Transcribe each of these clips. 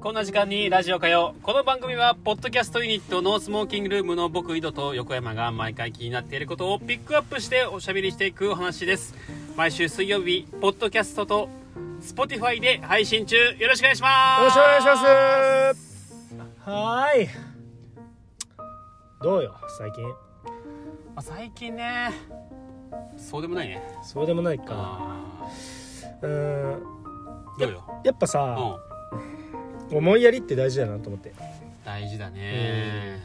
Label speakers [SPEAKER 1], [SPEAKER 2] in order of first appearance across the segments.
[SPEAKER 1] こんな時間にラジオかよこの番組はポッドキャストユニットノースモーキングルームの僕井戸と横山が毎回気になっていることをピックアップしておしゃべりしていくお話です毎週水曜日ポッドキャストと Spotify で配信中よろしくお願いします
[SPEAKER 2] よろしくお願いしますはーいどうよ最近
[SPEAKER 1] あ最近ねそうでもないね
[SPEAKER 2] そうでもないか
[SPEAKER 1] あ
[SPEAKER 2] うーん
[SPEAKER 1] ーどうよ
[SPEAKER 2] やっぱ
[SPEAKER 1] う
[SPEAKER 2] さ
[SPEAKER 1] ん
[SPEAKER 2] 思いやりって大事だなと思って
[SPEAKER 1] 大事だね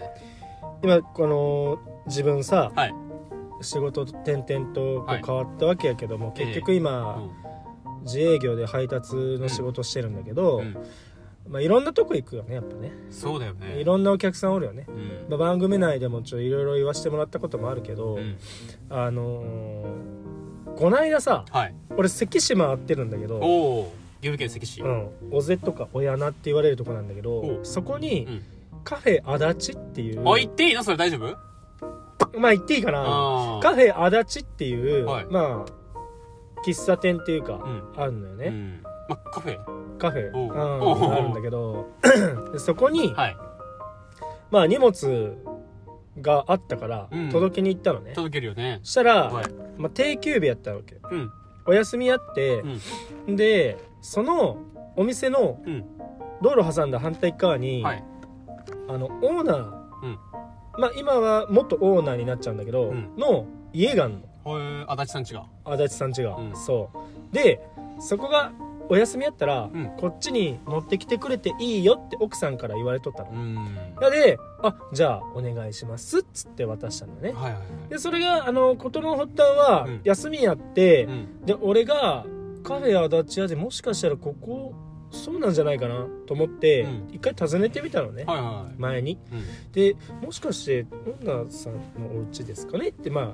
[SPEAKER 2] 今この自分さ
[SPEAKER 1] はい
[SPEAKER 2] 仕事転々とこ
[SPEAKER 1] はいう
[SPEAKER 2] 変わったわけやけども、
[SPEAKER 1] ええ
[SPEAKER 2] 結局
[SPEAKER 1] う
[SPEAKER 2] 今
[SPEAKER 1] ん
[SPEAKER 2] 自営業で配達の仕事してるんだけど、
[SPEAKER 1] うん
[SPEAKER 2] まあ、いろんなとこ行くよねやっぱね
[SPEAKER 1] そうだよね
[SPEAKER 2] いろんなお客さんおるよね、
[SPEAKER 1] うん
[SPEAKER 2] まあ、番組内でもちょいろいろ言わせてもらったこともあるけど、
[SPEAKER 1] うん
[SPEAKER 2] あのーこないださ
[SPEAKER 1] はい
[SPEAKER 2] 俺関市回ってるんだけど、
[SPEAKER 1] おお岐阜県関市
[SPEAKER 2] うん、尾瀬とか親名って言われるとこなんだけど
[SPEAKER 1] お
[SPEAKER 2] そこ
[SPEAKER 1] う
[SPEAKER 2] に
[SPEAKER 1] ん
[SPEAKER 2] カフェ足立っていう、
[SPEAKER 1] あ、言っていいのそれ大丈夫
[SPEAKER 2] まあ言っていいかな
[SPEAKER 1] あー
[SPEAKER 2] カフェ足立っていう、
[SPEAKER 1] はい
[SPEAKER 2] まあ喫茶店っていうか、
[SPEAKER 1] ん
[SPEAKER 2] あるのよ
[SPEAKER 1] う
[SPEAKER 2] ね、
[SPEAKER 1] ん。ま、カフェ
[SPEAKER 2] カフェ、
[SPEAKER 1] おう
[SPEAKER 2] うん、あるんだ けどでそこに、
[SPEAKER 1] はい。
[SPEAKER 2] まあ荷物があったから
[SPEAKER 1] うん
[SPEAKER 2] 届けに行ったのね、
[SPEAKER 1] 届けるよね。
[SPEAKER 2] そしたら、
[SPEAKER 1] はい。
[SPEAKER 2] まあ、定休日やったわけ
[SPEAKER 1] うん。
[SPEAKER 2] お休みあって、でそのお店の
[SPEAKER 1] うん。
[SPEAKER 2] 道路挟んだ反対側
[SPEAKER 1] う
[SPEAKER 2] に、
[SPEAKER 1] ん。はい。
[SPEAKER 2] あのオーナー、
[SPEAKER 1] うん
[SPEAKER 2] まあ今は元オーナーになっちゃうんだけど、
[SPEAKER 1] うん
[SPEAKER 2] の家があんの
[SPEAKER 1] ほえ、足立さん違う。
[SPEAKER 2] 足立さんちが、
[SPEAKER 1] うん
[SPEAKER 2] そうでそこがお休みやったら、
[SPEAKER 1] うん
[SPEAKER 2] こっちに乗ってきてくれていいよって奥さんから言われとったの、
[SPEAKER 1] うん。
[SPEAKER 2] なので「あじゃあお願いします」っつって渡したんだよね
[SPEAKER 1] はいはいは
[SPEAKER 2] でそれがあの事の発端は、
[SPEAKER 1] うん
[SPEAKER 2] 休みやって、
[SPEAKER 1] い。うん。
[SPEAKER 2] で俺がカフェ足立屋でもしかしたらここそうなんじゃないかなと思って、
[SPEAKER 1] うん
[SPEAKER 2] 一回訪ねてみたのね、
[SPEAKER 1] はいは
[SPEAKER 2] 前に
[SPEAKER 1] い。うん。
[SPEAKER 2] でもしかして女さんのお家ですかねってまあ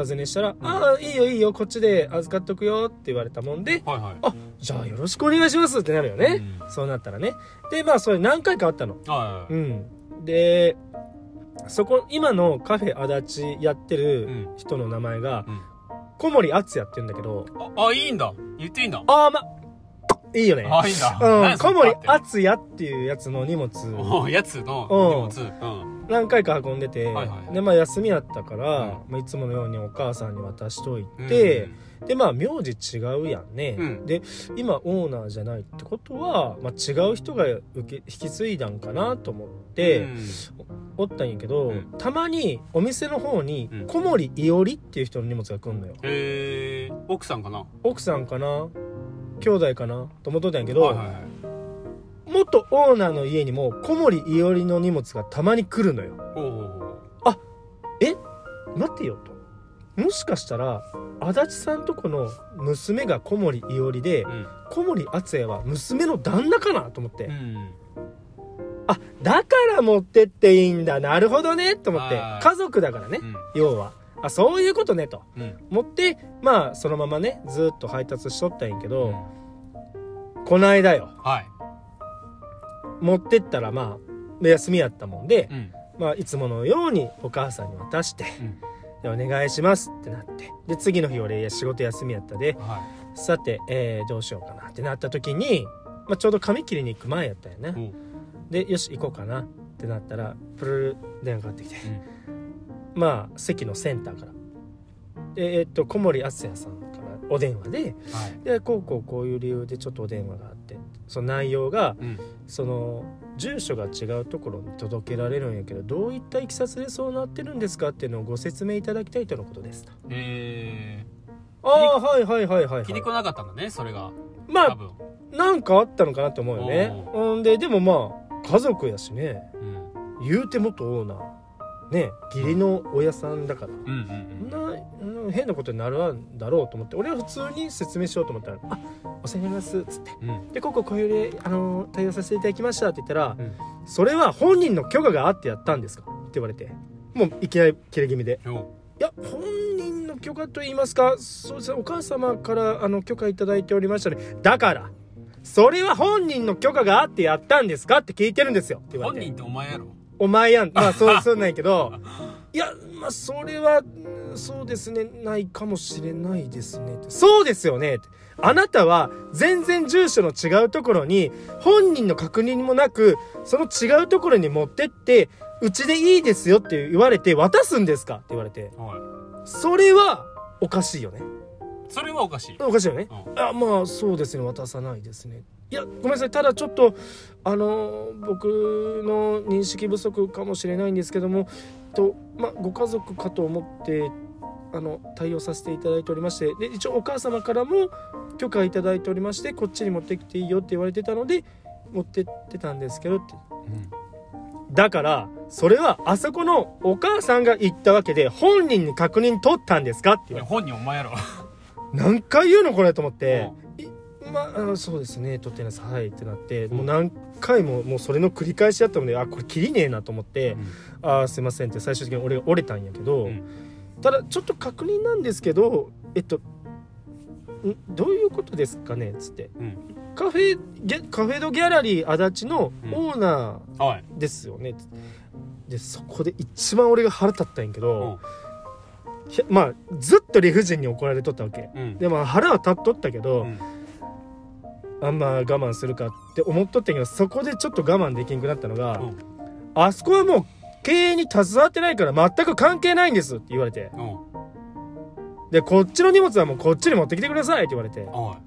[SPEAKER 2] お尋ねしたら「
[SPEAKER 1] ん
[SPEAKER 2] ああいいよいいよこっちで預かっとくよ」って言われたもんで
[SPEAKER 1] はいはい
[SPEAKER 2] あ。「じゃあよろしくお願いします」ってなるよ
[SPEAKER 1] う
[SPEAKER 2] ね、
[SPEAKER 1] ん
[SPEAKER 2] そうなったらねでまあそれ何回かあったの
[SPEAKER 1] はいうはい。
[SPEAKER 2] んでそこ今のカフェ足立やって
[SPEAKER 1] う
[SPEAKER 2] る
[SPEAKER 1] ん。
[SPEAKER 2] 人の名前が
[SPEAKER 1] うん
[SPEAKER 2] 小森敦也って言うんだけど
[SPEAKER 1] あ、あ、いいんだ。言っていいんだ。
[SPEAKER 2] ああまいいよね
[SPEAKER 1] あ、いいんだ。
[SPEAKER 2] うん、小森
[SPEAKER 1] あ
[SPEAKER 2] 敦也っていうやつの荷物
[SPEAKER 1] おやつの
[SPEAKER 2] うん
[SPEAKER 1] 荷物。うん。
[SPEAKER 2] 何回か運んでて、
[SPEAKER 1] はいはい
[SPEAKER 2] でまあ休みやったから、
[SPEAKER 1] う
[SPEAKER 2] まあ、いつものようにお母さんに渡しといて、でまあ名字違うやんね、
[SPEAKER 1] うん
[SPEAKER 2] で今オーナーじゃないってことは、まあ、違う人が受け引き継いだんかなと思っ
[SPEAKER 1] で、
[SPEAKER 2] て、
[SPEAKER 1] うん
[SPEAKER 2] おったんやけど、
[SPEAKER 1] うん
[SPEAKER 2] たまにお店の方に
[SPEAKER 1] うん
[SPEAKER 2] 小森いおりっていう人の荷物が来んのよ、
[SPEAKER 1] えー、奥さんかな
[SPEAKER 2] 奥さんかな兄弟かなと思っとったんやけど、
[SPEAKER 1] はいはいはい。
[SPEAKER 2] 元オーナーの家にも小森いおりの荷物がたまに来るのよ
[SPEAKER 1] ほうほうほう。
[SPEAKER 2] 待てよともしかしたら足立さんとこの娘が小森伊織で
[SPEAKER 1] うん。
[SPEAKER 2] 小森敦也は娘の旦那かなと思って、
[SPEAKER 1] うん。
[SPEAKER 2] あだから持ってっていいんだなるほどねと思って
[SPEAKER 1] はい
[SPEAKER 2] 家族だからね、
[SPEAKER 1] うん
[SPEAKER 2] 要はあそういうことねと
[SPEAKER 1] うん。
[SPEAKER 2] 持ってまあそのままねずっと配達しとったんやけ
[SPEAKER 1] う
[SPEAKER 2] ど、
[SPEAKER 1] ん。
[SPEAKER 2] こないだよ
[SPEAKER 1] はい。
[SPEAKER 2] 持ってったらまあ休みやったもんで
[SPEAKER 1] う、ん。
[SPEAKER 2] まあ、いつものようにお母さんに渡して、
[SPEAKER 1] うん
[SPEAKER 2] でお願いしますってなってで次の日俺仕事休みやったで
[SPEAKER 1] は
[SPEAKER 2] さて、えーどうしようかなってなった時に、まあ、ちょうど髪切りに行く前やったよね
[SPEAKER 1] い。うん
[SPEAKER 2] でよし行こうかなってなったらプルル電話かかってきて、まあ席のセンターからで、えーっと小森敦也さんからお電話で
[SPEAKER 1] はい。
[SPEAKER 2] でこうこうこういう理由でちょっとお電話があってその内容が
[SPEAKER 1] うん。
[SPEAKER 2] その住所が違うところに届けられるんやけどどういったいきさつでそうなってるんですかっていうのをご説明いただきたいとのことですと
[SPEAKER 1] え
[SPEAKER 2] ああはいはいはいはい、
[SPEAKER 1] ー、切りこなかったんだね、それが。
[SPEAKER 2] ま
[SPEAKER 1] 多
[SPEAKER 2] あ
[SPEAKER 1] 分。
[SPEAKER 2] なんかあったのかなと思うよねうんででもまあ家族やしね
[SPEAKER 1] うん。
[SPEAKER 2] 言うて元オーナーね義理の親さんだから、
[SPEAKER 1] うんうん
[SPEAKER 2] そんなうん変なことになるんだろうと思って俺は普通に説明しようと思ったら「あお世話になります」っつって
[SPEAKER 1] うん。うん。
[SPEAKER 2] 「でこここういうあの対応させていただきました」って言ったら「
[SPEAKER 1] うん
[SPEAKER 2] それは本人の許可があってやったんですか?」って言われてもういきなり切れ気味で
[SPEAKER 1] よ
[SPEAKER 2] 「いや本人の許可と言いますかそうですねお母様からあの許可いただいておりましたねだからそれは本人の許可があってやったんですか?」って聞いてるんですよって言わ
[SPEAKER 1] 本
[SPEAKER 2] れて
[SPEAKER 1] 人ってお前やろ
[SPEAKER 2] お前やんまあそうそうなんやけどいやまあそれはうんそうですねないかもしれないですねってそうですよねってあなたは全然住所の違うところに本人の確認もなくその違うところに持ってってうちでいいですよって言われて渡すんですかって言われて
[SPEAKER 1] は
[SPEAKER 2] それはおかしいよね
[SPEAKER 1] い、それはおかしい、
[SPEAKER 2] おかしいよね
[SPEAKER 1] うん
[SPEAKER 2] あまあそうですね渡さないですねいやごめんなさいただちょっとあの僕の認識不足かもしれないんですけどもと、まあ、ご家族かと思ってあの対応させていただいておりましてで一応お母様からも許可いただいておりましてこっちに持ってきていいよって言われてたので持ってってたんですけどってだからそれはあそこのお母さんが言ったわけで本人に確認取ったんですかって言われて
[SPEAKER 1] いや本人お前やろ
[SPEAKER 2] 何回言うのこれと思って、いまああのそうですね撮ってないですはいってなって、
[SPEAKER 1] うん
[SPEAKER 2] もう何回ももうそれの繰り返しだったのであこれ切りねえなと思って、あーすいませんって最終的に俺が折れたんやけど、
[SPEAKER 1] うん
[SPEAKER 2] ただちょっと確認なんですけどえっとんどういうことですかねっつって
[SPEAKER 1] うん
[SPEAKER 2] カフェゲカフェドギャラリー足立の
[SPEAKER 1] うん
[SPEAKER 2] オーナ
[SPEAKER 1] はい
[SPEAKER 2] ーですよね、っつってでそこで一番俺が腹立ったんやけど、ひゃまあずっと理不尽に怒られとったわけ。
[SPEAKER 1] うん
[SPEAKER 2] でも腹は立っとったけど、
[SPEAKER 1] うん
[SPEAKER 2] あんま我慢するかって思っとったけどそこでちょっと我慢できんくなったのが、
[SPEAKER 1] うん
[SPEAKER 2] あそこはもう経営に携わってないから全く関係ないんですって言われて
[SPEAKER 1] うん
[SPEAKER 2] でこっちの荷物はもうこっちに持ってきてくださいって言われて
[SPEAKER 1] は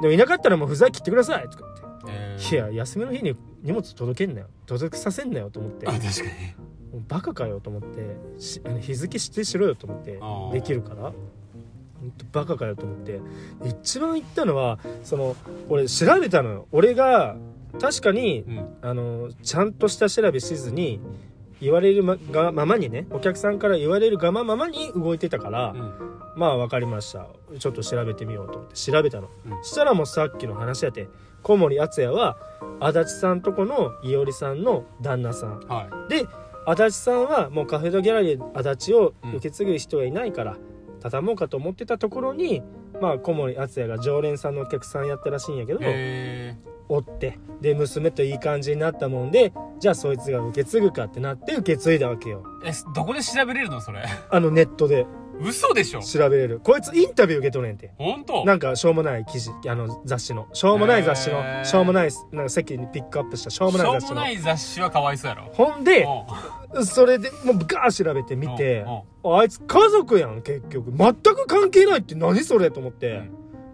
[SPEAKER 2] でもいなかったらもうふざけ切ってくださいとか言
[SPEAKER 1] いえ
[SPEAKER 2] っ
[SPEAKER 1] ー
[SPEAKER 2] ていや休みの日に荷物届けんなよ届けさせんなよと思って
[SPEAKER 1] あ
[SPEAKER 2] も
[SPEAKER 1] 確かに
[SPEAKER 2] うバカかよと思ってしあの日付指定しろよと思って
[SPEAKER 1] あー
[SPEAKER 2] できるからほんとバカかよと思って一番言ったのはその俺調べたのよ俺が確かに
[SPEAKER 1] うん
[SPEAKER 2] あのちゃんとした調べしずに言われるまがままにねお客さんから言われるがまままに動いてたから、
[SPEAKER 1] うん
[SPEAKER 2] まあ分かりましたちょっと調べてみようと思って調べたの、
[SPEAKER 1] うん
[SPEAKER 2] したらもうさっきの話やて小森敦也は足立さんとこのいおりさんの旦那さん
[SPEAKER 1] は
[SPEAKER 2] で足立さんはもうカフェドギャラリー足立を受け継ぐ人がいないから、畳もうかと思ってたところに、まあ、小森敦也が常連さんのお客さんやったらしいんやけど、
[SPEAKER 1] いえ
[SPEAKER 2] おってで娘といい感じになったもんでじゃあそいつが受け継ぐかってなって受け継いだわけよ
[SPEAKER 1] ーえどこで調べれるの それ
[SPEAKER 2] あのネットで
[SPEAKER 1] 嘘でしょ
[SPEAKER 2] 調べれるこいつインタビュー受け取れんて
[SPEAKER 1] 本当
[SPEAKER 2] なんかしょうもない記事あの雑誌のしょうもない雑誌の
[SPEAKER 1] へー
[SPEAKER 2] しょうもないなんか席にピックアップしたしょうも
[SPEAKER 1] し
[SPEAKER 2] な
[SPEAKER 1] ょ
[SPEAKER 2] いう雑誌
[SPEAKER 1] も
[SPEAKER 2] の
[SPEAKER 1] ない雑誌はかわいそうやろ
[SPEAKER 2] ほんで
[SPEAKER 1] う
[SPEAKER 2] それでもうガー調べて
[SPEAKER 1] ん
[SPEAKER 2] みて
[SPEAKER 1] うんうん
[SPEAKER 2] あいつ家族やん結局全く関係ないって何それと思って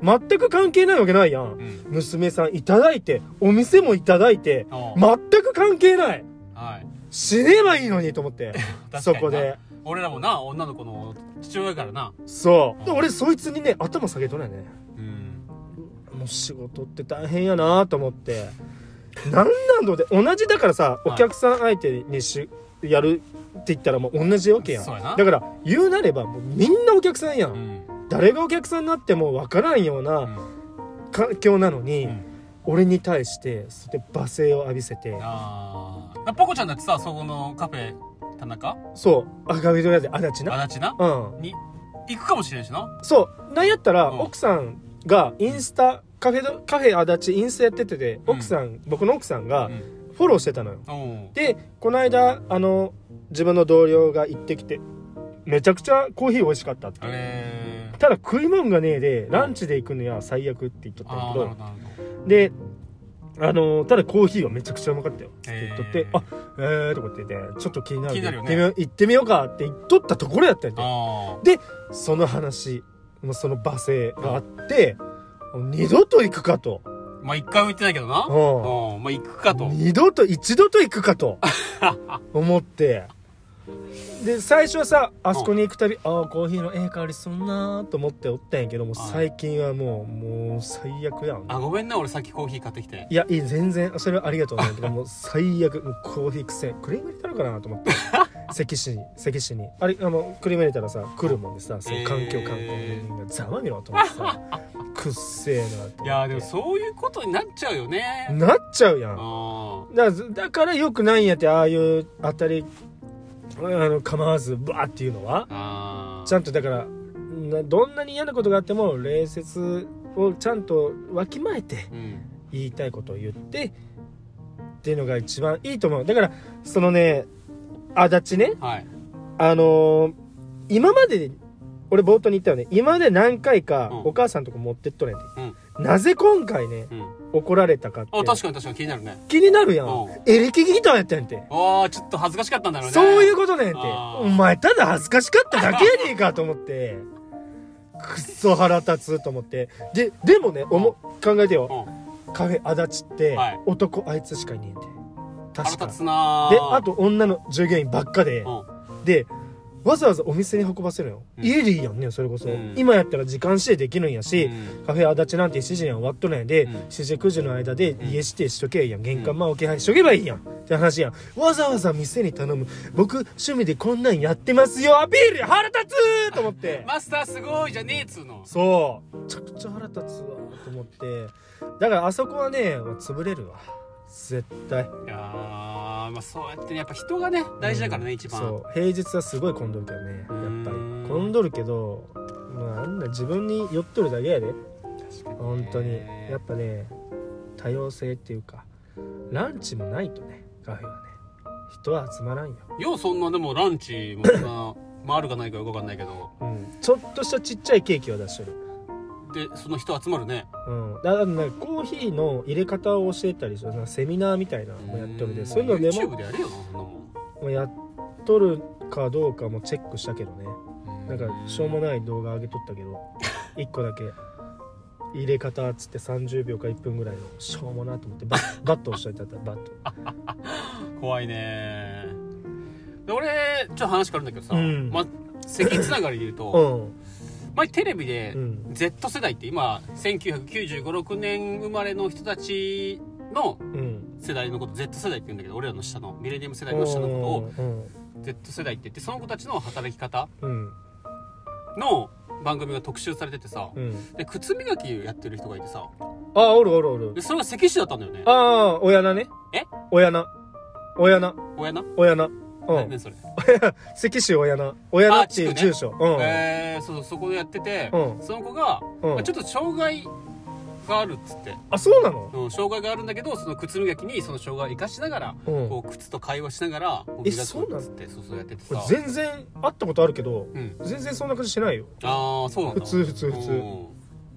[SPEAKER 2] 全く関係ないわけないやん
[SPEAKER 1] うんうん
[SPEAKER 2] 娘さんいただいてお店もいただいて
[SPEAKER 1] うん
[SPEAKER 2] 全く関係ない
[SPEAKER 1] はい
[SPEAKER 2] 死ねばいいのにと思っ て
[SPEAKER 1] 確かにな
[SPEAKER 2] そこで
[SPEAKER 1] 俺らもな女の子の父親からな
[SPEAKER 2] そうで
[SPEAKER 1] うん
[SPEAKER 2] 俺そいつにね頭下げとるやね
[SPEAKER 1] うん
[SPEAKER 2] もう仕事って大変やなと思ってなんなんので同じだからさ
[SPEAKER 1] はい
[SPEAKER 2] お客さん相手にしやるって言ったらもう同じわけやん
[SPEAKER 1] そうや
[SPEAKER 2] だ
[SPEAKER 1] な
[SPEAKER 2] から言うなればもうみんなお客さんやん、
[SPEAKER 1] うん
[SPEAKER 2] 誰がお客さんになっても分からんよう
[SPEAKER 1] う
[SPEAKER 2] なん環境なのに、
[SPEAKER 1] うん
[SPEAKER 2] 俺に対してそれで罵声を浴びせて
[SPEAKER 1] ああポコちゃんだってさそこのカフェ田中
[SPEAKER 2] そう赤身とやで足立な
[SPEAKER 1] 足立な
[SPEAKER 2] うん
[SPEAKER 1] に行くかもしれんしな
[SPEAKER 2] そうなんやったら
[SPEAKER 1] うん
[SPEAKER 2] 奥さんがインスタカフェドカフェ足立インスタやっててで
[SPEAKER 1] うん
[SPEAKER 2] 奥さん、僕の奥さんが
[SPEAKER 1] うん
[SPEAKER 2] フォローしてたのよ
[SPEAKER 1] おう
[SPEAKER 2] でこの間あの自分の同僚が行ってきてめちゃくちゃコーヒー美味しかったって
[SPEAKER 1] えー
[SPEAKER 2] ただ食い物がねえでランチで行くのは最悪って言っとったん
[SPEAKER 1] あ
[SPEAKER 2] や
[SPEAKER 1] あ
[SPEAKER 2] け
[SPEAKER 1] なる
[SPEAKER 2] ど
[SPEAKER 1] ほどなるほど
[SPEAKER 2] であのただコーヒーはめちゃくちゃうまかったよって
[SPEAKER 1] え
[SPEAKER 2] 言っ
[SPEAKER 1] ー
[SPEAKER 2] とって「あえー」とかって言って「ちょっと気になる
[SPEAKER 1] 気になるよね
[SPEAKER 2] 行ってみよう行ってみようか」って言っとったところやったんやて
[SPEAKER 1] あ
[SPEAKER 2] その話もうその罵声があってもう二度と行くかと
[SPEAKER 1] あまあ一回も行ってないけどなう
[SPEAKER 2] う
[SPEAKER 1] んまあ行くかと
[SPEAKER 2] ん二度と一度と行くかと思ってで最初はさあそこに行くたびああコーヒーのええ香りすんなーと思っておったんやけどもう
[SPEAKER 1] はい
[SPEAKER 2] 最近はもうもう最悪やん
[SPEAKER 1] あごめんな俺さっきコーヒー買ってきて
[SPEAKER 2] いやいい全然それはありがとうなんだけどもう最悪もうコーヒーくせえクリーム入れたのかな と思って関市に関市にあれあのクリーム入れたらさ来るもんでさその環境
[SPEAKER 1] えー
[SPEAKER 2] 観光人がざまみろと思って さくっせえなと思って
[SPEAKER 1] いやーでもそういうことになっちゃうよね
[SPEAKER 2] なっちゃうやん
[SPEAKER 1] あ
[SPEAKER 2] だからだからよくないんやってああいう当たりあの構わずバーっていうのは
[SPEAKER 1] あ
[SPEAKER 2] ちゃんとだからなどんなに嫌なことがあっても礼節をちゃんとわきまえて
[SPEAKER 1] うん
[SPEAKER 2] 言いたいことを言ってっていうのが一番いいと思うだからそのね足立ね
[SPEAKER 1] はい
[SPEAKER 2] あのー今まで俺冒頭に言ったよね今まで何回か
[SPEAKER 1] うん
[SPEAKER 2] お母さんとこ持ってっとるやんて、なぜ今回ね
[SPEAKER 1] うん。
[SPEAKER 2] 怒られたかって
[SPEAKER 1] あ、確かに確かに気になるね。
[SPEAKER 2] 気になるやん、
[SPEAKER 1] うん
[SPEAKER 2] エレキギターやったやんて
[SPEAKER 1] ああ、ちょっと恥ずかしかったんだろうね。
[SPEAKER 2] そういうことねんて
[SPEAKER 1] あー
[SPEAKER 2] お前ただ恥ずかしかっただけやねえかと思ってくっそ腹立つと思ってででもねおも考えてよ
[SPEAKER 1] うん。
[SPEAKER 2] カフェ足立って
[SPEAKER 1] はい
[SPEAKER 2] 男あいつしかいねえんて確
[SPEAKER 1] 腹
[SPEAKER 2] か
[SPEAKER 1] 立つなー
[SPEAKER 2] であと女の従業員ばっかで
[SPEAKER 1] う
[SPEAKER 2] でわざわざお店に運ばせるのよ、
[SPEAKER 1] うん
[SPEAKER 2] 家でいいやんねそれこそ、
[SPEAKER 1] うん
[SPEAKER 2] 今やったら時間指定できるんや
[SPEAKER 1] ん。
[SPEAKER 2] し、
[SPEAKER 1] うん
[SPEAKER 2] カフェ足立なんて7時には終わっとないんで、
[SPEAKER 1] うん
[SPEAKER 2] 7時9時の間で
[SPEAKER 1] ん
[SPEAKER 2] 家指定しとけばいいやん玄関まあ置き配しとけばいいやんって話やんわざわざ店に頼む僕趣味でこんなんやってますよアピールや腹立つと思って
[SPEAKER 1] マスターすごいじゃねえっつうの。
[SPEAKER 2] そうめちゃくちゃ腹立つわと思ってだからあそこはね潰れるわ絶対
[SPEAKER 1] いやーまあそうやってね、やっぱ人がね、大事だからね、一番。
[SPEAKER 2] そう平日はすごい混んどるけどねやっぱ
[SPEAKER 1] う
[SPEAKER 2] り
[SPEAKER 1] ーん
[SPEAKER 2] 混んどるけどまああんな自分に酔っとるだけやで
[SPEAKER 1] 確かにね
[SPEAKER 2] 本当にやっぱね多様性っていうかランチもないとねカフェはね人は集まらんよ、
[SPEAKER 1] ようそんなでもランチもそんな回るかないかよくわかんないけど
[SPEAKER 2] うん、ちょっとしたちっちゃいケーキを出してる、
[SPEAKER 1] でその人集まるね
[SPEAKER 2] うん、だからなんかコーヒーの入れ方を教えたりするなんかセミナーみたいなのもやっとる
[SPEAKER 1] う
[SPEAKER 2] で
[SPEAKER 1] ん
[SPEAKER 2] そういうのでも
[SPEAKER 1] YouTube でやれよなそんなも
[SPEAKER 2] もうやっとるかどうかもチェックしたけどね
[SPEAKER 1] ん
[SPEAKER 2] なんかしょうもない動画上げとった けど1個だけ入れ方っつって30秒か1分ぐらいのしょうもなと思ってバッ バッと押しといてあったらバッと
[SPEAKER 1] 怖いねで俺ちょっと話変わるんだけどさ、
[SPEAKER 2] うん
[SPEAKER 1] まあ席つながりで言う
[SPEAKER 2] う
[SPEAKER 1] と
[SPEAKER 2] ん
[SPEAKER 1] 前テレビで
[SPEAKER 2] うん
[SPEAKER 1] Z 世代って今199596年生まれの人たちの
[SPEAKER 2] うん
[SPEAKER 1] 世代のこと Z 世代って言うんだけど俺らの下のミレニアム世代の下のこ
[SPEAKER 2] うん
[SPEAKER 1] とを Z 世代って言ってその子たちの働き方
[SPEAKER 2] うん
[SPEAKER 1] の番組が特集されててさ、
[SPEAKER 2] うん
[SPEAKER 1] で靴磨きやってる人がいてさ
[SPEAKER 2] あおるおるおる
[SPEAKER 1] でそれが関市だったんだよね
[SPEAKER 2] ああ親なね
[SPEAKER 1] え
[SPEAKER 2] 親な親な
[SPEAKER 1] 親な
[SPEAKER 2] 親なう
[SPEAKER 1] 何
[SPEAKER 2] ん
[SPEAKER 1] それ、
[SPEAKER 2] 関市親な親なっていう
[SPEAKER 1] あ地区ね
[SPEAKER 2] 住所うん
[SPEAKER 1] えー、そうそこでやってて、
[SPEAKER 2] うん
[SPEAKER 1] その子が、
[SPEAKER 2] う
[SPEAKER 1] ま
[SPEAKER 2] ん
[SPEAKER 1] あ、ちょっと障害があるっつって、
[SPEAKER 2] あそうなの
[SPEAKER 1] うん、障害があるんだけどその靴磨きにその障害を生かしながら、
[SPEAKER 2] うん
[SPEAKER 1] こう靴と会話しながらこう
[SPEAKER 2] え
[SPEAKER 1] 磨
[SPEAKER 2] そうな
[SPEAKER 1] く
[SPEAKER 2] の
[SPEAKER 1] っつってそうそうやってて
[SPEAKER 2] 俺
[SPEAKER 1] さ
[SPEAKER 2] 全然会ったことあるけど
[SPEAKER 1] うん、
[SPEAKER 2] 全然そんな感じしないよ
[SPEAKER 1] ああそうなんだ
[SPEAKER 2] 普通普通普通
[SPEAKER 1] うん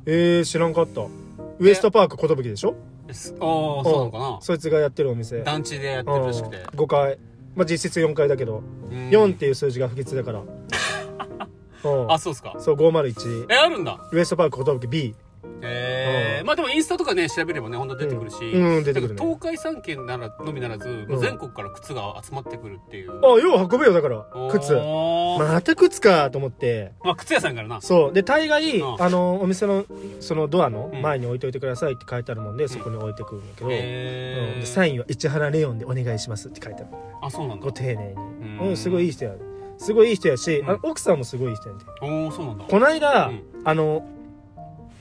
[SPEAKER 2] えー、知らんかったウエストパーク寿でしょ
[SPEAKER 1] えすああそうなのかな
[SPEAKER 2] そいつがやってるお店
[SPEAKER 1] 団地でやって
[SPEAKER 2] うん
[SPEAKER 1] るらしくて、
[SPEAKER 2] 5階まあ実質4階だけど
[SPEAKER 1] うん
[SPEAKER 2] 4っていう数字が不吉 だからうん
[SPEAKER 1] あそうっすか
[SPEAKER 2] そう501
[SPEAKER 1] えあるんだ
[SPEAKER 2] ウエストパーク寿 B
[SPEAKER 1] えー
[SPEAKER 2] う
[SPEAKER 1] まあでもインスタとかね調べればねほんと出てくるし、
[SPEAKER 2] うんうん出て
[SPEAKER 1] だ
[SPEAKER 2] く
[SPEAKER 1] か
[SPEAKER 2] る
[SPEAKER 1] ら
[SPEAKER 2] ね
[SPEAKER 1] 東海3県ならのみならず、もう
[SPEAKER 2] うん
[SPEAKER 1] 全国から靴が集まってくるっていう
[SPEAKER 2] あよう運べよだから靴
[SPEAKER 1] おーま
[SPEAKER 2] また靴かと思って
[SPEAKER 1] あ、靴屋さんからな
[SPEAKER 2] そうで大概、
[SPEAKER 1] うん
[SPEAKER 2] あのお店のそのドアの
[SPEAKER 1] うん
[SPEAKER 2] 前に置いといてくださいって書いてあるもんで、そこに置いてくるんだけど、
[SPEAKER 1] へ
[SPEAKER 2] うん、
[SPEAKER 1] え
[SPEAKER 2] でサインは市原レオンでお願いしますって書いてある
[SPEAKER 1] あそうなんだ
[SPEAKER 2] ご丁寧に
[SPEAKER 1] うん
[SPEAKER 2] うん、すごいいい人やすごいいい人やし、
[SPEAKER 1] うん
[SPEAKER 2] あ奥さんもすごいいい人やで
[SPEAKER 1] おおそうなんだ
[SPEAKER 2] こないだ、
[SPEAKER 1] うん
[SPEAKER 2] あの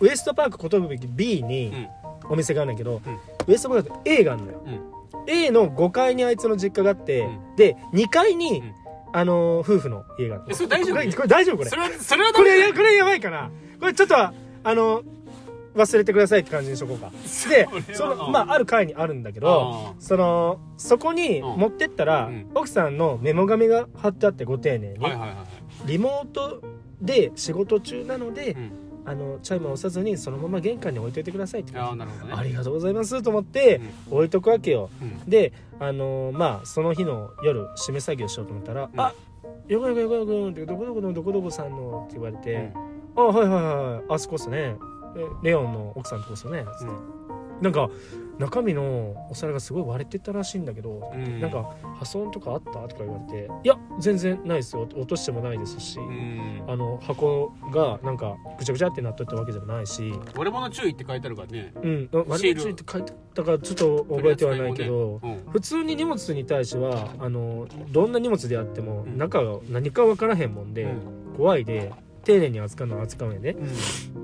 [SPEAKER 2] ウエストパーク寿 B にお店があるんだけど、
[SPEAKER 1] うん
[SPEAKER 2] ウエストパーク A があるのよ、
[SPEAKER 1] うん
[SPEAKER 2] A の5階にあいつの実家があって、
[SPEAKER 1] うん
[SPEAKER 2] で2階に、
[SPEAKER 1] うん
[SPEAKER 2] あの夫婦の家があるの
[SPEAKER 1] えそれ大丈夫
[SPEAKER 2] これこれ大丈夫これ
[SPEAKER 1] それはそれは
[SPEAKER 2] こ
[SPEAKER 1] ダメ
[SPEAKER 2] れやこれやばいかなこれちょっとあの忘れてくださいって感じにしとこうかでそのまあある階にあるんだけ
[SPEAKER 1] あ
[SPEAKER 2] どそのそこに
[SPEAKER 1] うん
[SPEAKER 2] 持ってったら、
[SPEAKER 1] うん
[SPEAKER 2] 奥さんのメモ紙が貼ってあってご丁寧に、
[SPEAKER 1] ーはいはいはいはい
[SPEAKER 2] リモートで仕事中なので、
[SPEAKER 1] うん
[SPEAKER 2] あのチャイムは押さずにそのまま玄関に置いといてくださいって
[SPEAKER 1] あ
[SPEAKER 2] 感
[SPEAKER 1] あ
[SPEAKER 2] じ
[SPEAKER 1] なるほどね
[SPEAKER 2] ありがとうございますと思って置いとくわけよ
[SPEAKER 1] うん
[SPEAKER 2] であのーまあその日の夜締め作業しようと思ったら「
[SPEAKER 1] うん
[SPEAKER 2] あよこよこよこよこってどこどこのどこどこさんの」って言われて「
[SPEAKER 1] うん
[SPEAKER 2] あはいはいはいあそこっすねえレオンの奥さんのとこっすよね」つって、なんか中身のお皿がすごい割れてたらしいんだけど、
[SPEAKER 1] うん
[SPEAKER 2] なんか破損とかあったとか言われて「いや全然ないですよ落としてもないですし、
[SPEAKER 1] うん
[SPEAKER 2] あの箱がなんかぐちゃぐちゃってなっとったわけでもないし、
[SPEAKER 1] 俺もの注意って書いてあるからね
[SPEAKER 2] うん、割れついて書いてあったからちょっと覚えてはないけど。
[SPEAKER 1] うん
[SPEAKER 2] 普通に荷物に対してはあのどんな荷物であっても
[SPEAKER 1] うん
[SPEAKER 2] 中が何か分からへんもんで、
[SPEAKER 1] うん
[SPEAKER 2] 怖いで丁寧に扱うのは扱うんやね
[SPEAKER 1] うん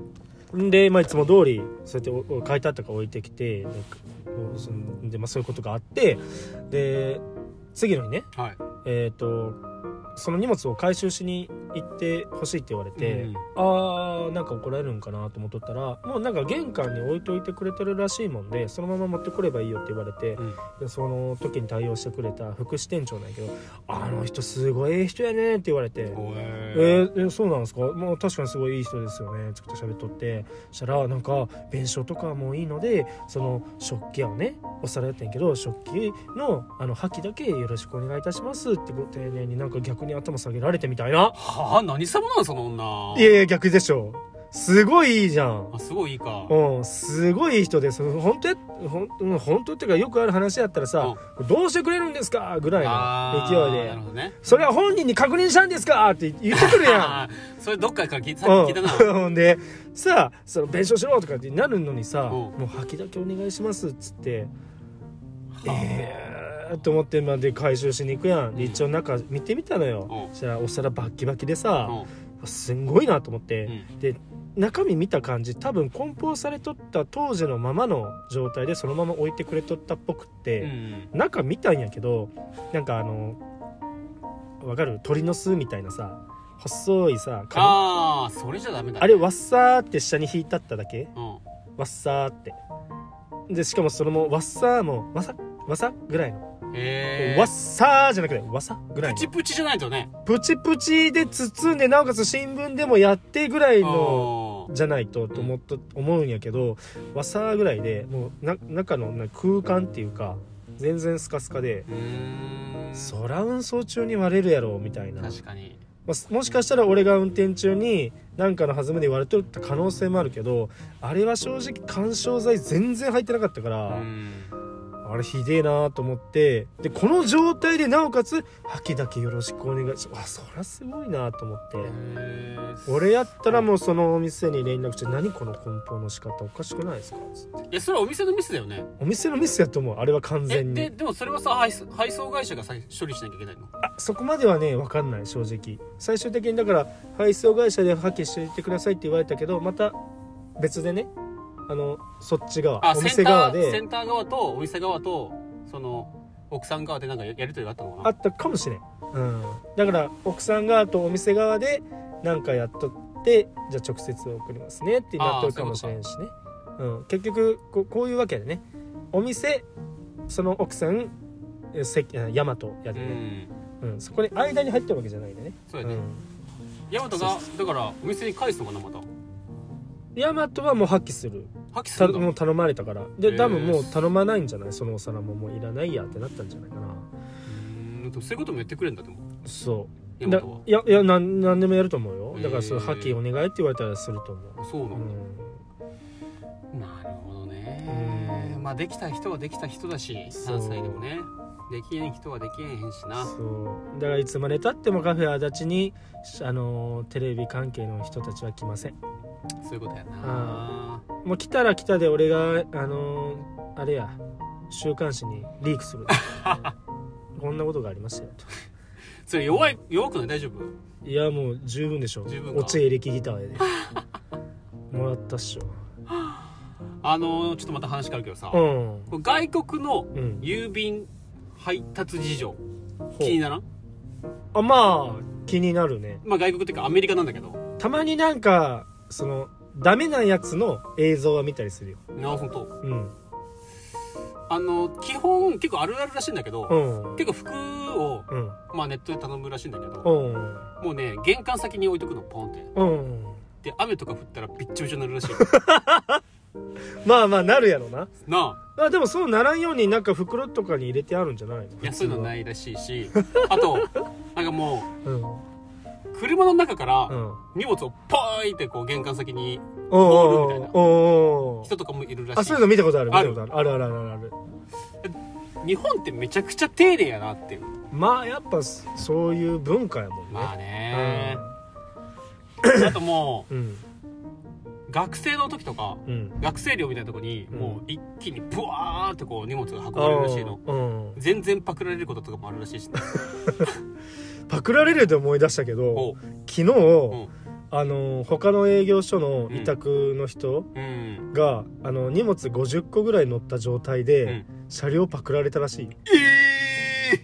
[SPEAKER 2] んで、まあ、いつも通りそうやっておお書いてあったから置いてきてなんかおそんで、まあ、そういうことがあってで次の日ね
[SPEAKER 1] はい
[SPEAKER 2] えっ、とその荷物を回収しに行ってほしいって言われて、
[SPEAKER 1] うん
[SPEAKER 2] あーなんか怒られるんかなと思っとったらもうなんか玄関に置いといてくれてるらしいもんでそのまま持ってくればいいよって言われて、
[SPEAKER 1] うん
[SPEAKER 2] でその時に対応してくれた副支店長なんやけど「あの人すごいええ人やね」って言われて。
[SPEAKER 1] お
[SPEAKER 2] え
[SPEAKER 1] ー
[SPEAKER 2] ーえそうなんですかもう確かにすごいいい人ですよねちょっと喋っとってそしたらなんか弁償とかもいいのでその食器屋をねお皿やったんやけど食器のあの破棄だけよろしくお願いいたしますってご丁寧になんか逆に頭下げられてみたいな
[SPEAKER 1] はあ何様なんその女
[SPEAKER 2] いやいや逆でしょすごいいいじゃん
[SPEAKER 1] あすごいいいか
[SPEAKER 2] うんすごいいい人です本当やほんうん本当っていうかよくある話やったらさ「どうしてくれるんですか?」ぐらい
[SPEAKER 1] あ
[SPEAKER 2] の
[SPEAKER 1] ー
[SPEAKER 2] 勢い
[SPEAKER 1] なる
[SPEAKER 2] で
[SPEAKER 1] ほどね
[SPEAKER 2] 「それは本人に確認したんですか?」って言ってくるや ん
[SPEAKER 1] あーそれどっかから聞いさっき聞いたな
[SPEAKER 2] うん、ほん でさあその弁償しろとかってなるのにさ「
[SPEAKER 1] ん
[SPEAKER 2] もう吐きだけお願いします」っつって「
[SPEAKER 1] は
[SPEAKER 2] えー」と思ってまで回収しに行くやん、で一応中見てみたのよ、
[SPEAKER 1] うん
[SPEAKER 2] そしたらお皿バッキバキで
[SPEAKER 1] あ
[SPEAKER 2] さ、すんごいなと思って
[SPEAKER 1] う、ん
[SPEAKER 2] で中身見た感じ多分梱包されとった当時のままの状態でそのまま置いてくれとったっぽくって、
[SPEAKER 1] うん
[SPEAKER 2] 中見たんやけどなんかあのわかる鳥の巣みたいなさ細いさ紙
[SPEAKER 1] ああそれじゃダメだ
[SPEAKER 2] あれわっさーって下に引いたっただけ
[SPEAKER 1] うん
[SPEAKER 2] わっさーってでしかもそれもわっさーもわさわさぐらいの、
[SPEAKER 1] ええ
[SPEAKER 2] わっさーじゃなくてわさぐらい
[SPEAKER 1] プ
[SPEAKER 2] の
[SPEAKER 1] チプチじゃないとね
[SPEAKER 2] プチプチで包んでなおかつ新聞でもやってぐらいの
[SPEAKER 1] あー
[SPEAKER 2] じゃないとと思っと思うんやけどわっさーぐらいでもうな中のな空間っていうか全然スカスカで
[SPEAKER 1] うーん
[SPEAKER 2] そら運送中に割れるやろみたいな
[SPEAKER 1] 確かに
[SPEAKER 2] まあ、もしかしたら俺が運転中に何かの弾みで割れとった可能性もあるけどあれは正直緩衝材全然入ってなかったか
[SPEAKER 1] う
[SPEAKER 2] ら、
[SPEAKER 1] ん
[SPEAKER 2] あれひでえなと思ってでこの状態でなおかつ「吐きだけよろしくお願いします」あそりゃすごいなと思って。
[SPEAKER 1] へー
[SPEAKER 2] 俺やったらもうそのお店に連絡して「何この梱包の仕方おかしくないですか?」つって
[SPEAKER 1] えそれはお店のミスだよね
[SPEAKER 2] お店のミスやと思うあれは完
[SPEAKER 1] え
[SPEAKER 2] 全
[SPEAKER 1] で
[SPEAKER 2] に
[SPEAKER 1] でもそれはさ配送配送会社がさ処理しなきゃいけないの
[SPEAKER 2] あそこまではね分かんない正直最終的にだから配送会社で破棄していてくださいって言われたけどまた別でねあのそっち側
[SPEAKER 1] あ
[SPEAKER 2] お
[SPEAKER 1] センタ
[SPEAKER 2] 店側
[SPEAKER 1] ーセ
[SPEAKER 2] で
[SPEAKER 1] ンター側とお店側とその奥さん側でなんかややり取りがあったのかな
[SPEAKER 2] あったかもしれん、うん、だから奥さん側とお店側でなんかやっとってじゃあ直接送りますねってなっとるかもしれんしねうん、結局こうこういうわけでねお店その奥さんえせあ大和や
[SPEAKER 1] う
[SPEAKER 2] でね、
[SPEAKER 1] ん
[SPEAKER 2] うんそこに間に入ってるわけじゃないんでね、
[SPEAKER 1] そう
[SPEAKER 2] う
[SPEAKER 1] やね
[SPEAKER 2] ん
[SPEAKER 1] ヤマトがだからお店に返すのかなまた
[SPEAKER 2] ヤマトはもう破棄する
[SPEAKER 1] 破棄す
[SPEAKER 2] た
[SPEAKER 1] るんだ
[SPEAKER 2] もう頼まれたから
[SPEAKER 1] へ
[SPEAKER 2] で
[SPEAKER 1] ー
[SPEAKER 2] 多分もう頼まないんじゃないそのお皿ももういらないやってなったんじゃないかな
[SPEAKER 1] うんでもそういうこともやってくれるんだでも
[SPEAKER 2] そ
[SPEAKER 1] ヤ
[SPEAKER 2] う
[SPEAKER 1] マ
[SPEAKER 2] だ
[SPEAKER 1] トはい
[SPEAKER 2] やいやなん何でもやると思うよだ
[SPEAKER 1] へ
[SPEAKER 2] か
[SPEAKER 1] ー
[SPEAKER 2] らその破棄お願いって言われたらすると思う
[SPEAKER 1] あそうな
[SPEAKER 2] う
[SPEAKER 1] んだ、
[SPEAKER 2] ん
[SPEAKER 1] なるほどね
[SPEAKER 2] うん
[SPEAKER 1] まあできた人はできた人だし
[SPEAKER 2] そう
[SPEAKER 1] 何歳でもねできへん人はできへんしな
[SPEAKER 2] そうだからいつまでたってもカフェ足立にあのーテレビ関係の人たちは来ません
[SPEAKER 1] そういうことやな
[SPEAKER 2] もう来たら来たで俺があのーあれや週刊誌にリー クするこんなことがありましたよと
[SPEAKER 1] それ弱い弱くない大丈夫
[SPEAKER 2] いやもう十分でしょ
[SPEAKER 1] 十分か
[SPEAKER 2] おつえ力ギターや でもらったっしょ
[SPEAKER 1] あのーちょっとまた話変わるけどさ、
[SPEAKER 2] うん
[SPEAKER 1] これ外国の
[SPEAKER 2] うん
[SPEAKER 1] 郵便配達事情
[SPEAKER 2] う
[SPEAKER 1] 気にならん
[SPEAKER 2] あまあ気になるね
[SPEAKER 1] まあ外国っていうかアメリカなんだけど
[SPEAKER 2] たまになんかそのダメなやつの映像は見たりするよ
[SPEAKER 1] なあ本当
[SPEAKER 2] うん
[SPEAKER 1] あの基本結構あるあるらしいんだけど、
[SPEAKER 2] うん
[SPEAKER 1] 結構服を、
[SPEAKER 2] うん
[SPEAKER 1] まあ、ネットで頼むらしいんだけど、
[SPEAKER 2] うん
[SPEAKER 1] もうね玄関先に置いとくのポンって
[SPEAKER 2] うん
[SPEAKER 1] で雨とか降ったらびっちょびちょになるらしい
[SPEAKER 2] まあまあなるやろな
[SPEAKER 1] なあ
[SPEAKER 2] あでもそうならんようになんか袋とかに入れてあるんじゃないの、
[SPEAKER 1] いやそういうのないいらしいしあとなんかも
[SPEAKER 2] うんうん、
[SPEAKER 1] う車の中から
[SPEAKER 2] うん
[SPEAKER 1] 荷物をポーイってこう玄関先に
[SPEAKER 2] おーおーおー
[SPEAKER 1] 人とかもいるら
[SPEAKER 2] あ
[SPEAKER 1] しい
[SPEAKER 2] そういうの見たことある見
[SPEAKER 1] あ
[SPEAKER 2] た
[SPEAKER 1] る
[SPEAKER 2] ことあるあるあるあるある
[SPEAKER 1] 日本ってめちゃくちゃ丁寧やなっていう
[SPEAKER 2] まあやっぱそういう文化やもんね、
[SPEAKER 1] まあねあとも
[SPEAKER 2] うん
[SPEAKER 1] う学生の時とか
[SPEAKER 2] うん
[SPEAKER 1] 学生寮みたいなとこに
[SPEAKER 2] うん
[SPEAKER 1] もう一気にブワーってこう荷物が運ばれるらしいの
[SPEAKER 2] うん
[SPEAKER 1] 全然パクられることとかもあるらしいし、ね、
[SPEAKER 2] パクられるで思い出したけど
[SPEAKER 1] おう
[SPEAKER 2] 昨日、
[SPEAKER 1] ん
[SPEAKER 2] あの他の営業所の委託の人
[SPEAKER 1] うん
[SPEAKER 2] が、あの荷物50個ぐらい乗った状態で、
[SPEAKER 1] うん
[SPEAKER 2] 車両パクられたらしい
[SPEAKER 1] え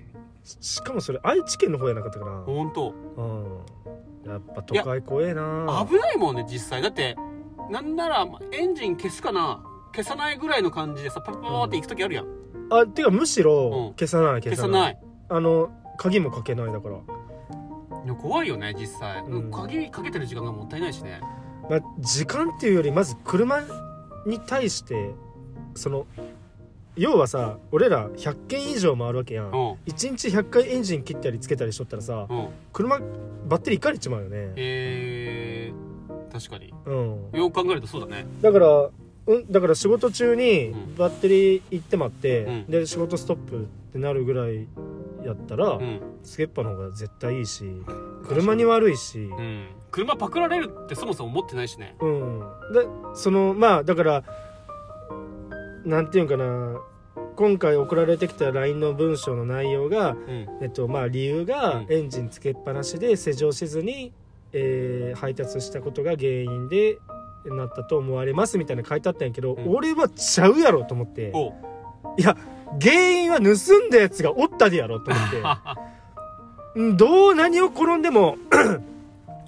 [SPEAKER 2] しかもそれ愛知県の方やなかったかなう
[SPEAKER 1] 本当
[SPEAKER 2] んやっぱ都会怖えな
[SPEAKER 1] 危ないもんね実際だってなんならエンジン消すかな消さないぐらいの感じでさパパパパって行く時あるやん、
[SPEAKER 2] あてかむし
[SPEAKER 1] うん
[SPEAKER 2] ろ消さない
[SPEAKER 1] 消
[SPEAKER 2] 消さ
[SPEAKER 1] さ
[SPEAKER 2] な
[SPEAKER 1] ないい
[SPEAKER 2] あの鍵もかけないだから
[SPEAKER 1] いや怖いよね実際、
[SPEAKER 2] うん
[SPEAKER 1] 鍵かけてる時間がもったいないしね
[SPEAKER 2] まあ、時間っていうよりまず車に対してその要はさ俺ら100件以上回るわけやん、
[SPEAKER 1] うん
[SPEAKER 2] 一1日100回エンジン切ったりつけたりしとったらさ
[SPEAKER 1] うん
[SPEAKER 2] 車バッテリーいかれちまうよね、
[SPEAKER 1] えー、確かに
[SPEAKER 2] うん、
[SPEAKER 1] よく考えるとそうだね
[SPEAKER 2] だから、うん、だから仕事中に
[SPEAKER 1] うん
[SPEAKER 2] バッテリー行って待って、
[SPEAKER 1] うん
[SPEAKER 2] で仕事ストップってなるぐらいやったら、
[SPEAKER 1] うん、
[SPEAKER 2] スケッパの方が絶対いいし車に悪いし、
[SPEAKER 1] うん、車パクられるってそもそも思ってないしね
[SPEAKER 2] うん、でそのまあだからなんていうんかな今回送られてきた LINE の文章の内容が、
[SPEAKER 1] うん
[SPEAKER 2] えっとまあ、理由
[SPEAKER 1] う
[SPEAKER 2] が
[SPEAKER 1] ん
[SPEAKER 2] エンジンつけっぱなしで施錠せずに、えー配達したことが原因でなったと思われますみたいなの書いてあったんやけど、
[SPEAKER 1] うん
[SPEAKER 2] 俺はちゃうやろと思って
[SPEAKER 1] おう
[SPEAKER 2] いや原因は盗んだやつがおったでやろと 思って、うんどう何を転んでも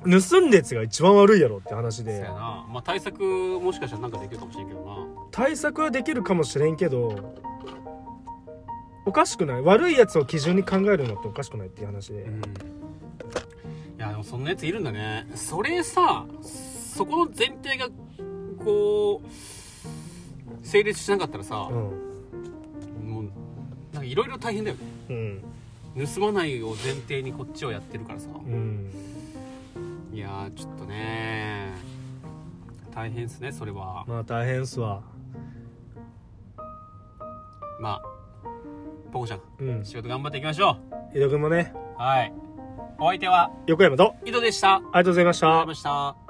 [SPEAKER 2] 盗んだやつが一番悪いやろって話
[SPEAKER 1] そう
[SPEAKER 2] で
[SPEAKER 1] や。な、まあ、対策もしかしたらなんかできるかもしれんけどな
[SPEAKER 2] 対策はできるかもしれんけどおかしくない悪いやつを基準に考えるのっておかしくないっていう話で、
[SPEAKER 1] うんいやでもそんなやついるんだねそれさそこの前提がこう成立しなかったらさ
[SPEAKER 2] う、ん
[SPEAKER 1] もうなんかいろいろ大変だよね
[SPEAKER 2] うん
[SPEAKER 1] 盗まないを前提にこっちをやってるからさ、
[SPEAKER 2] うん
[SPEAKER 1] いやーちょっとね大変っすねそれは
[SPEAKER 2] まあ大変っすわ
[SPEAKER 1] まあポコちゃん
[SPEAKER 2] うん
[SPEAKER 1] 仕事頑張っていきましょ
[SPEAKER 2] 井戸君もね
[SPEAKER 1] うはいお相手は
[SPEAKER 2] 横山とあり
[SPEAKER 1] 井戸でしたあり
[SPEAKER 2] がとうございました
[SPEAKER 1] がとうございました